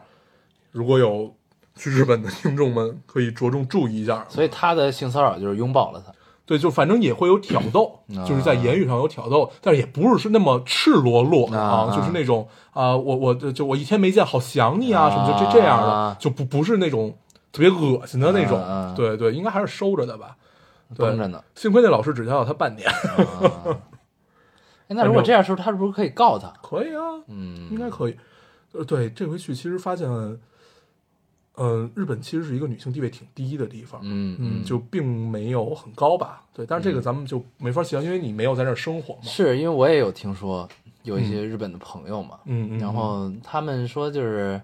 如果有去日本的听众们，可以着重注意一下。所以他的性骚扰就是拥抱了他。对，就反正也会有挑逗，啊就是在言语上有挑逗，但是也不是是那么赤裸裸的啊就是那种啊、我我就我一天没见，好想你啊，什么就这这样的啊，就不不是那种特别恶心的那种。啊啊对对，应该还是收着的吧。对绷着呢。幸亏那老师只教了他半年，啊哎那如果这样说，他是不是可以告他？可以啊，应嗯该可以。呃，对，这回去其实发现，嗯、日本其实是一个女性地位挺低的地方。嗯嗯，就并没有很高吧？对，但是这个咱们就没法想，因为你没有在那儿生活嘛。嗯是因为我也有听说有嗯一些日本的朋友嘛，嗯，嗯然后他们说就是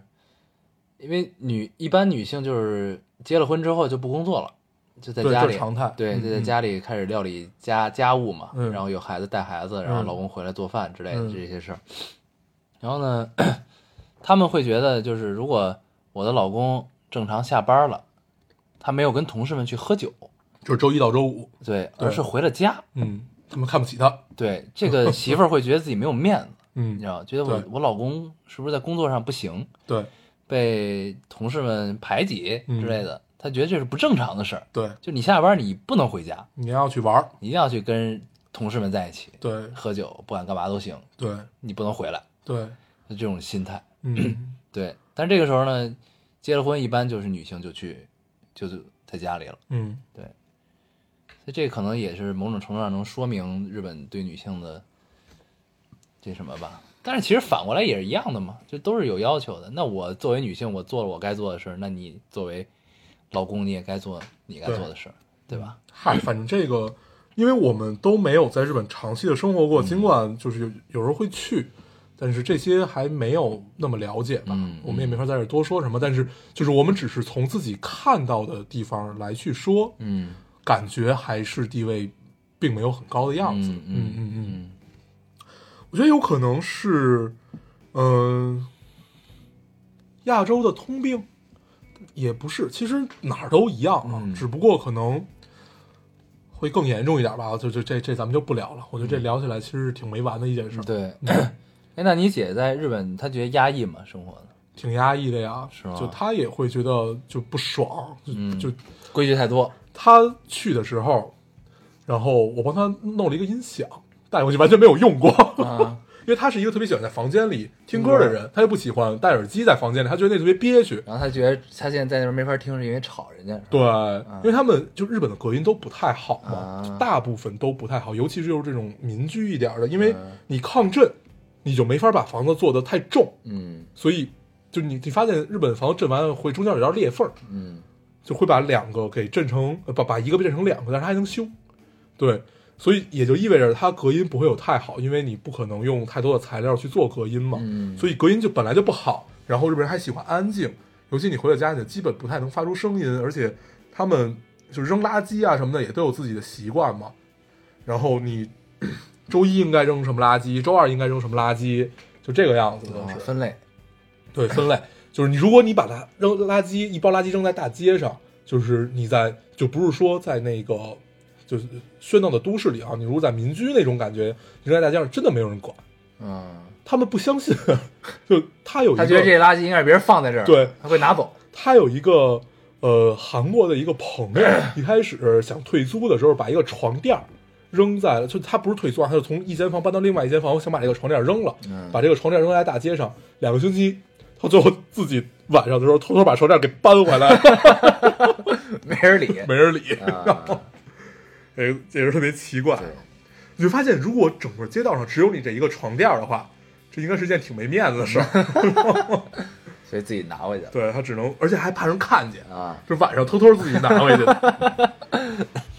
因为女一般女性就是结了婚之后就不工作了。就在对家这是里，常态对，嗯就在嗯家里开始料理家家务嘛，嗯然后有孩子带孩子，然后嗯老公回来做饭之类的嗯这些事儿。然后呢， 他们会觉得就是如果我的老公正常下班了，他没有跟同事们去喝酒，就是周一到周五，对，对而是回了家，嗯，他们看不起他，对，这个媳妇儿会觉得自己没有面子，你嗯知，道，觉得我对我老公是不是在工作上不行，对被同事们排挤之类的，她觉得这是不正常的事儿。对，就你下班你不能回家，你要去玩儿，你一定要去跟同事们在一起对喝酒，不管干嘛都行，对你不能回来，对，就这种心态。 嗯，对，但这个时候呢，结了婚一般就是女性就去就是在家里了，嗯，所以这可能也是某种程度上能说明日本对女性的这什么吧。但是其实反过来也是一样的嘛，就都是有要求的。那我作为女性，我做了我该做的事儿，那你作为老公，你也该做你该做的事儿，对吧？嗨，反正这个，因为我们都没有在日本长期的生嗯活过，尽管就是有有时候会去。但是这些还没有那么了解吧，嗯嗯我们也没法在这儿多说什么。但是就是我们只是从自己看到的地方来去说，嗯感觉还是地位并没有很高的样子。嗯嗯嗯嗯我觉得有可能是，嗯、亚洲的通病，也不是，其实哪儿都一样啊，嗯只不过可能会更严重一点吧。就就这这咱们就不聊了，我觉得这聊起来其实是挺没完的一件事，嗯，对。哎，那你姐在日本，她觉得压抑吗？生活的挺压抑的呀。是吗就他也会觉得就不爽，就、嗯就规矩太多，他去的时候，然后我帮他弄了一个音响，带回去完全没有用过，啊， 嗯因为他是一个特别喜欢在房间里听歌的人，他就不喜欢戴耳机在房间里，他觉得那特别憋屈。然后他觉得他现在在那边没法听，是因为吵人家。是吧对，因为他们就日本的隔音都不太好嘛啊，就大部分都不太好，尤其是就是这种民居一点儿的，因为嗯你抗震，你就没法把房子做得太重，嗯所以就你你发现日本房子震完会中间有点裂缝儿，嗯就会把两个给震成，呃把把一个变成两个，但是它还能修，对，所以也就意味着它隔音不会有太好，因为你不可能用太多的材料去做隔音嘛，嗯所以隔音就本来就不好。然后日本人还喜欢安静，尤其你回到家里，基本不太能发出声音，而且他们就扔垃圾啊什么的也都有自己的习惯嘛。然后你 周一应该扔什么垃圾，周二应该扔什么垃圾，就这个样子都啊是。分类对，分类就是你，如果你把它扔垃圾一包垃圾扔在大街上，就是你在就不是说在那个就是喧闹的都市里啊，你如果在民居那种感觉，你扔在大街上真的没有人管，嗯，他们不相信， 就他有一他觉得这个垃圾应该是别人放在这儿，对，他会拿 走。他有一个呃韩国的一个朋友，一开始想退租的时候，把一个床垫儿扔在了，就他不是退租啊，他就从一间房搬到另外一间房，想把这个床垫儿扔了，嗯把这个床垫扔在大街上，两个星期，他最后自己晚上的时候偷偷把床垫给搬回来，没人理。 没人理，啊，这个这人特别奇怪对。，你就发现，如果整个街道上只有你这一个床垫儿的话，这应该是件挺没面子的事 儿。所以自己拿回去了对他只能，而且还怕人看见，啊。就晚上偷偷自己拿回去的。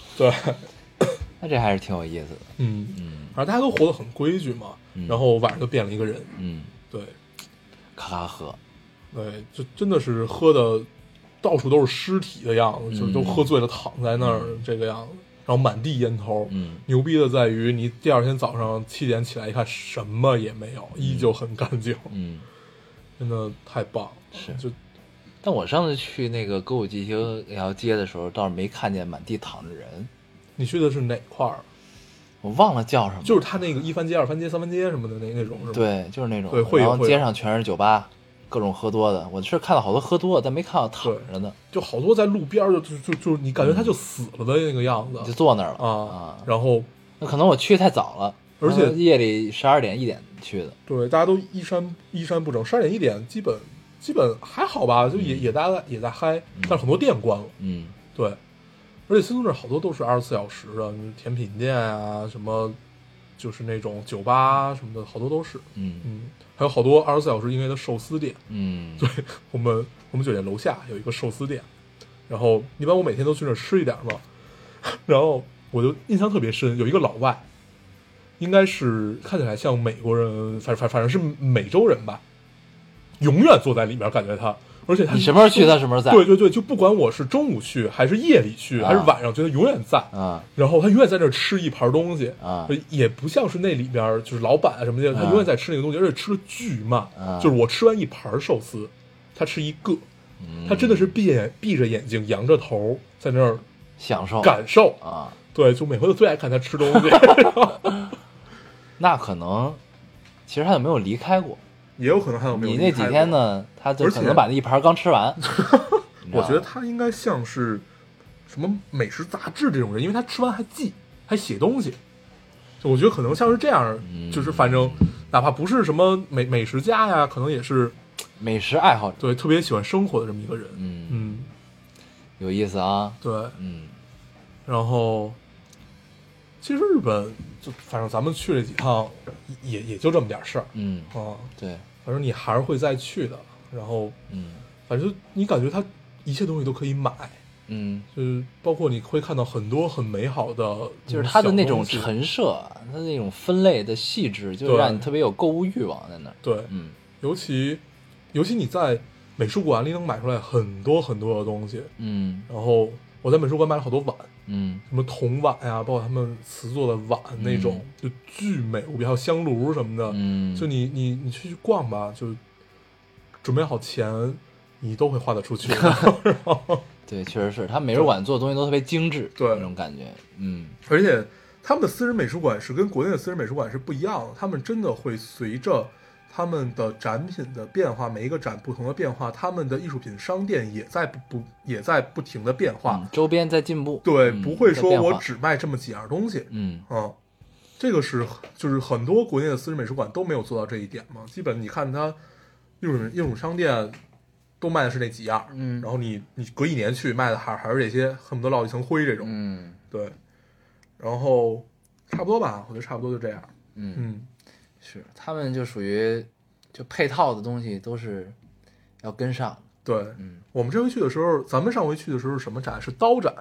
对，那这还是挺有意思的。嗯嗯，反正大家都活得很规矩嘛，然后晚上就变了一个人。嗯，对咔咔喝，对，就真的是喝的到处都是尸体的样子，嗯就是都喝醉了躺在那儿这个样子，然后满地烟头。嗯牛逼的在于你第二天早上七点起来一看，什么也没有，依旧很干净，嗯。真的太棒了。是就但我上次去那个歌舞伎町那条街的时候，倒是没看见满地躺着人，你去的是哪块儿？我忘了叫什么了，就是他那个一番街、二番街、三番街什么的那那种是吧？，对，就是那种，对会有然后会有街上全是酒吧，各种喝多的。我是看到好多喝多的，但没看到躺着的，就好多在路边儿就就就就你感觉他就死了的那个样子就坐那儿了啊嗯啊。然后那可能我去太早了，而且然后夜里十二点一点去的，对，大家都衣衫衣衫不整，十二点一点基本基本还好吧，就也、也大家也在嗨，但是很多店关了。嗯对，而且新宿这儿好多都是二十四小时的，就是甜品店啊，什么就是那种酒吧啊什么的，好多都是。嗯嗯，还有好多二十四小时营业的寿司店。嗯对我们我们酒店楼下有一个寿司店，然后一般我每天都去那儿吃一点儿嘛， 然后我就印象特别深，有一个老外，应该是看起来像美国人，反反反正是美洲人吧，永远坐在里面，感觉他，而且他你什么时候去他什么时候在对对对，就不管我是中午去还是夜里去、还是晚上去，他永远在。啊然后他永远在那儿吃一盘东西啊也不像是那里边儿就是老板啊什么的，他啊永远在吃那个东西，而且吃的巨慢、啊就是我吃完一盘寿司，他吃一个，嗯他真的是闭眼闭着眼睛，仰着头在那儿享受感受。啊，对，就每回都最爱看他吃东 西，那可能其实他有没有离开过？也有可能还有你那几天？呢，他就而且可能把那一盘刚吃完。你知道我吧觉得他应该像是什么美食杂志这种人，因为他吃完还记，还写东西。就我觉得可能像是这样，嗯就是反正哪怕不是什么美美食家呀，可能也是美食爱好者，对特别喜欢生活的这么一个人。嗯，嗯，有意思啊，对。嗯然后，其实日本就反正咱们去了几趟，也也就这么点事儿嗯，啊。对，反正你还是会再去的。然后，嗯反正你感觉它一切东西都可以买，嗯，就是包括你会看到很多很美好的，就是它的那种小东西陈设啊，它那种分类的细致，就对让你特别有购物欲望在那儿。对，嗯尤其尤其你在美术馆里能买出来很多很多的东西。嗯然后我在美术馆买了好多碗，嗯什么铜碗呀、包括他们瓷做的碗那种，就巨美无比，还有香炉什么的。嗯，就你你你去逛吧，就准备好钱，你都会花得出 去的。然后对，确实是，它美术馆做的东西都特别精致，对那种感觉。嗯而且他们的私人美术馆是跟国内的私人美术馆是不一样的，他们真的会随着他们的展品的变化，每一个展不同的变化，他们的艺术品商店也在不不也在不停的变化。嗯嗯，周边在进步，对，嗯不会在说变我化只卖这么几样东西，嗯嗯，这个是就是很多国内的私人美术馆都没有做到这一点嘛。基本你看它艺术艺术商店都卖的是那几样，嗯然后你你隔一年去卖的还还是这些，恨不得落一层灰这种，嗯对。然后差不多吧，我觉得差不多就这样。嗯，嗯，是他们就属于就配套的东西都是要跟上。对。嗯，我们这回去的时候，咱们上回去的时候是什么展？是刀展。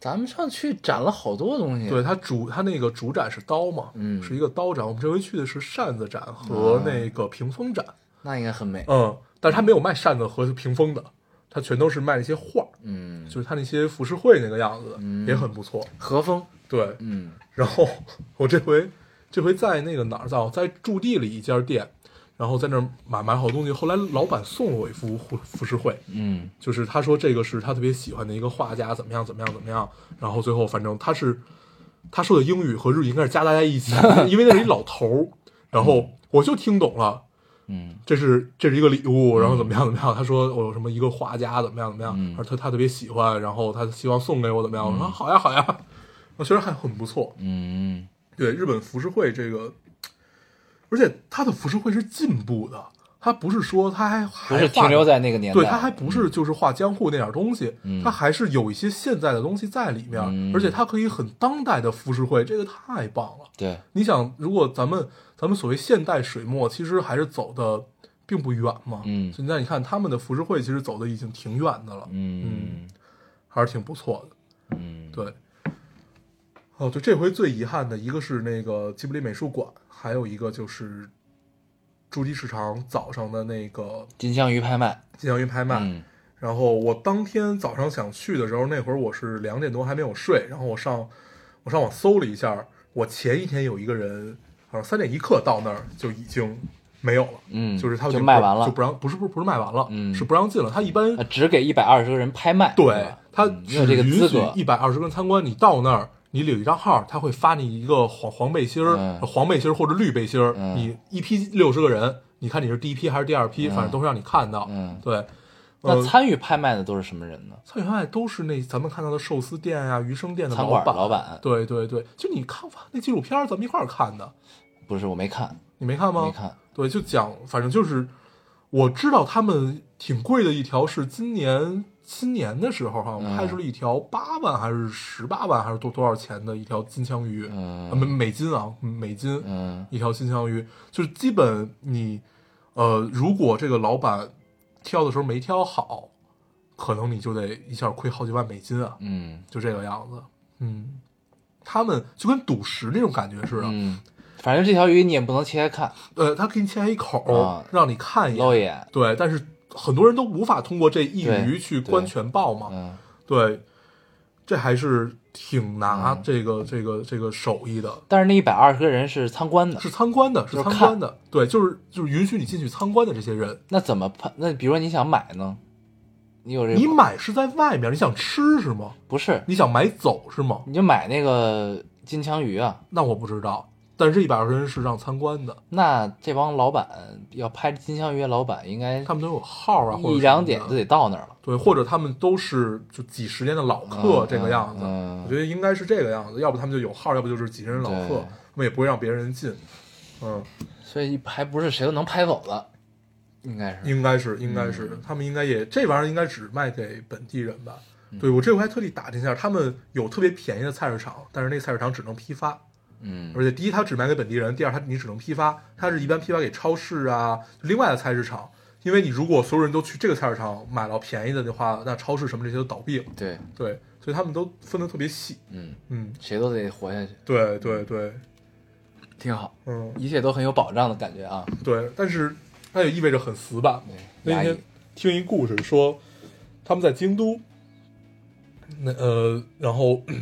咱们上去展了好多东西。对，它主它那个主展是刀嘛，嗯啊是一个刀展。我们这回去的是扇子展和那个屏风展，那应该很美。嗯，但是它没有卖扇子和屏风的，它全都是卖那些画儿，嗯，就是它那些浮世绘那个样子，嗯也很不错。和风。对，嗯然后 我这回这回在那个哪儿在在驻地里一家店，然后在那儿买买好东西，后来老板送了我一幅浮浮世绘，嗯就是他说这个是他特别喜欢的一个画家，怎么样怎么样怎么样，然后最后反正他是他说的英语和日语应该是加大家一 起，因为那是一老头儿，然后我就听懂了，嗯这是这是一个礼物，然后怎么样怎么样，他说我有什么一个画家怎么样怎么样，嗯而他他特别喜欢，然后他希望送给我怎么样，我说好呀好呀，我觉得还很不错，嗯，对日本浮世绘这个，而且它的浮世绘是进步的。它不是说它还不还是画停得留在那个年代。嗯对，它还不是就是画江户那点东西，它还是有一些现在的东西在里面，嗯而且它可以很当代的浮世绘，这个太棒了。对，你想，如果咱们咱们所谓现代水墨，其实还是走的并不远嘛。嗯现在你看他们的浮世绘，其实走的已经挺远的了，嗯还是挺不错的。嗯，对。哦，对，这回最遗憾的一个是那个吉卜力美术馆，还有一个就是筑基市场早上的那个金枪鱼拍卖。金祥云拍卖。嗯然后我当天早上想去的时候，那会儿我是两点多还没有睡，然后我上我上网搜了一下，我前一天有一个人好像三点一刻到那儿就已经没有了，嗯，就是他就不卖完了就不让不是不是不是卖完了，嗯是不让进了。他一般、啊，只给一百二十个人拍卖，是对吧他嗯你只有这个资允许格一，百二十个人参观，你到那儿。你领一张号，他会发你一个黄黄背心儿、嗯黄背心儿或者绿背心儿。嗯你一批六十个人，你看你是第一批还是第二批，反正都会让你看到。嗯对，那呃参与拍卖的都是什么人呢？餐饮外都是那咱们看到的寿司店啊、鱼生店的餐老馆板。老板啊对对对，就你看吧那纪录片，咱们一块儿看的，不是，我没看，你没看吗？没。看。对，就讲，反正就是我知道他们挺贵的一条是今年新年的时候，好像嗯拍出了一条八万还是十八万还是多多少钱的一条金枪鱼，啊美嗯美金啊，美金。嗯一条金枪鱼，就是基本你，呃，如果这个老板挑的时候没挑好，可能你就得一下亏好几万美金啊，嗯就这个样子。嗯，他们就跟赌石那种感觉似的，嗯，反正这条鱼你也不能切开看，呃，他给你切一口，啊让你看一露眼，一眼。对，但是很多人都无法通过这一对鱼去观对全豹嘛，嗯，对，这还是挺嗯拿这个、这个这个手艺的。但是那一百二十个人是参观的，是参观的，是就是参观的，对，就是就是允许你进去参观的这些人，那怎么拍？那比如说你想买呢，你有这你个买是在外面，你想吃是吗？不是？你想买走是吗？你就买那个金枪鱼啊。那我不知道。但是这一百二十人是让参观的，那这帮老板要拍金枪鱼，的老板应该他们都有号啊，或者一什么两的点就得到那儿了。对，或者他们都是就几十年的老客嗯这个样子，嗯嗯我觉得应该是这个样子，要不他们就有号，要不就是几十年老对客，他们也不会让别人进，嗯，所以还不是谁都能拍走的，应该是。应该是应该是，嗯他们应该也这玩意儿应该只卖给本地人吧？嗯对我这回还特地打听一下，他们有特别便宜的菜市场，但是那菜市场只能批发，嗯而且第一，它只卖给本地人；第二，它你只能批发，它是一般批发给超市啊，另外的菜市场。因为你如果所有人都去这个菜市场买到便宜的的话，那超市什么这些都倒闭了。对，对，所以他们都分得特别细。嗯，嗯，谁都得活下去，对对对，挺好，嗯一切都很有保障的感觉啊。对，但是那也意味着很死板嘛。对，那压天抑，听一故事说，他们在京都，那呃，然后咳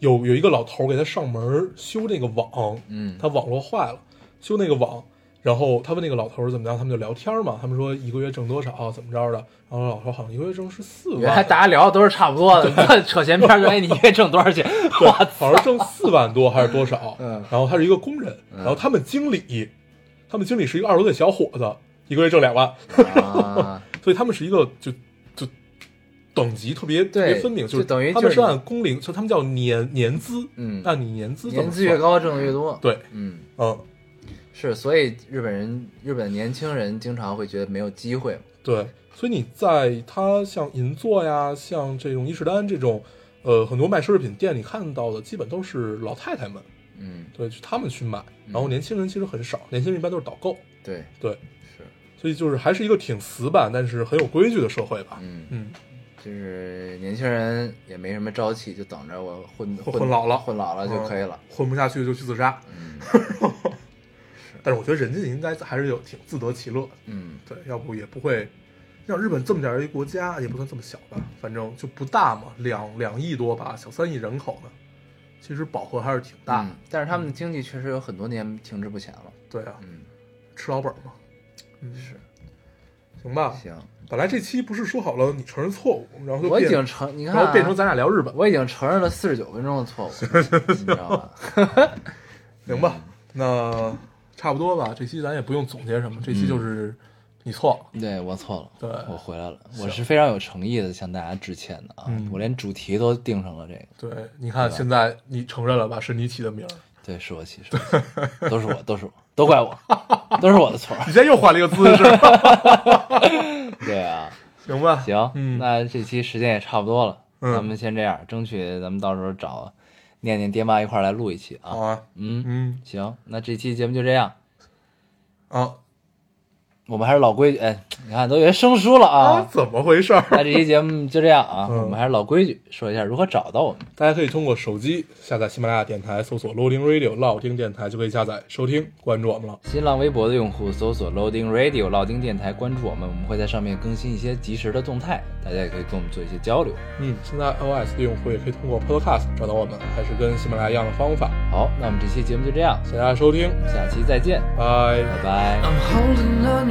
有有一个老头儿给他上门儿修那个网，嗯他网络坏了，修那个网，然后他问那个老头儿怎么样，他们就聊天儿嘛，他们说一个月挣多少，怎么着的，然后老头儿好像一个月挣是四万，原来大家聊的都是差 不多的，这扯闲篇儿就哎，你一月挣多少钱？对，好像挣四万多还是多少？嗯然后他是一个工人，然后他们经理，他们经理是一个二十多岁小伙子，一个月挣两万，哇，啊，所以他们是一个就就等级特别特对别分明，就就是等于他们就是是按工龄，就他们叫年年资，嗯按你年资怎么年算资越，高挣的越多。，对，嗯，嗯，是，所以日本人、日本年轻人经常会觉得没有机会。对，所以你在它像银座呀，像这种伊势丹这种，呃，很多卖奢侈品店里看到的，基本都是老太太们，嗯，对，就他们去买，然后年轻人其实很少，年轻人一般都是导购，对，对，是，所以就是还是一个挺死板，但是很有规矩的社会吧，嗯，嗯，就是年轻人也没什么朝气，就等着我混 混混混老了嗯混老了就可以了。混不下去就去自杀，嗯 但是我觉得人家应该还是有挺自得其乐的，嗯，对，要不也不会。像日本这么点儿一国家，也不算这么小吧，反正就不大嘛，两两亿多吧，小三亿人口呢，其实饱和还是挺大的。嗯但是他们的经济确实有很多年停滞不前了。对啊，嗯，吃老本儿嘛。嗯，是，行吧。行，本来这期不是说好了你承认错误，然后就我已变经承，你看、然后啊，变成咱俩聊日本，我已经承认了四十九分钟的错误， 你知道吧？ 行嗯吧？那差不多吧，这期咱也不用总结什么，这嗯期就是你错了。对我错了，对我回来了，我是非常有诚意的向大家致歉的啊！嗯我连主题都定成了这个，对，你看现在你承认了吧？是你起的名儿，对，是我起，是我起， 都是我，都是我，都怪我，都是我的错儿。 你现在又换了一个姿势，对啊， 行吧？行，嗯那这期时间也差不多了，嗯咱们先这样，争取咱们到时候找念念爹妈一块儿来录一期好啊。啊，嗯，嗯行，那这期节目就这样，啊我们还是老规矩，哎，你看都有些生疏了啊。怎么回事儿？ 那这期节目就这样啊，嗯我们还是老规矩，说一下如何找到我们。大家可以通过手机下载喜马拉雅电台，搜索 Loading Radio 老丁电台就可以下载收听，关注我们了。新浪微博的用户搜索 Loading Radio 老丁电台，关注我们，我们会在上面更新一些及时的动态，大家也可以跟我们做一些交流。嗯，现在 iOS 的用户也可以通过 Podcast 找到我们，还是跟喜马拉雅一样的方法。好，那我们这期节目就这样，谢谢大家收听，下期再见，拜。拜拜。 I'm holding on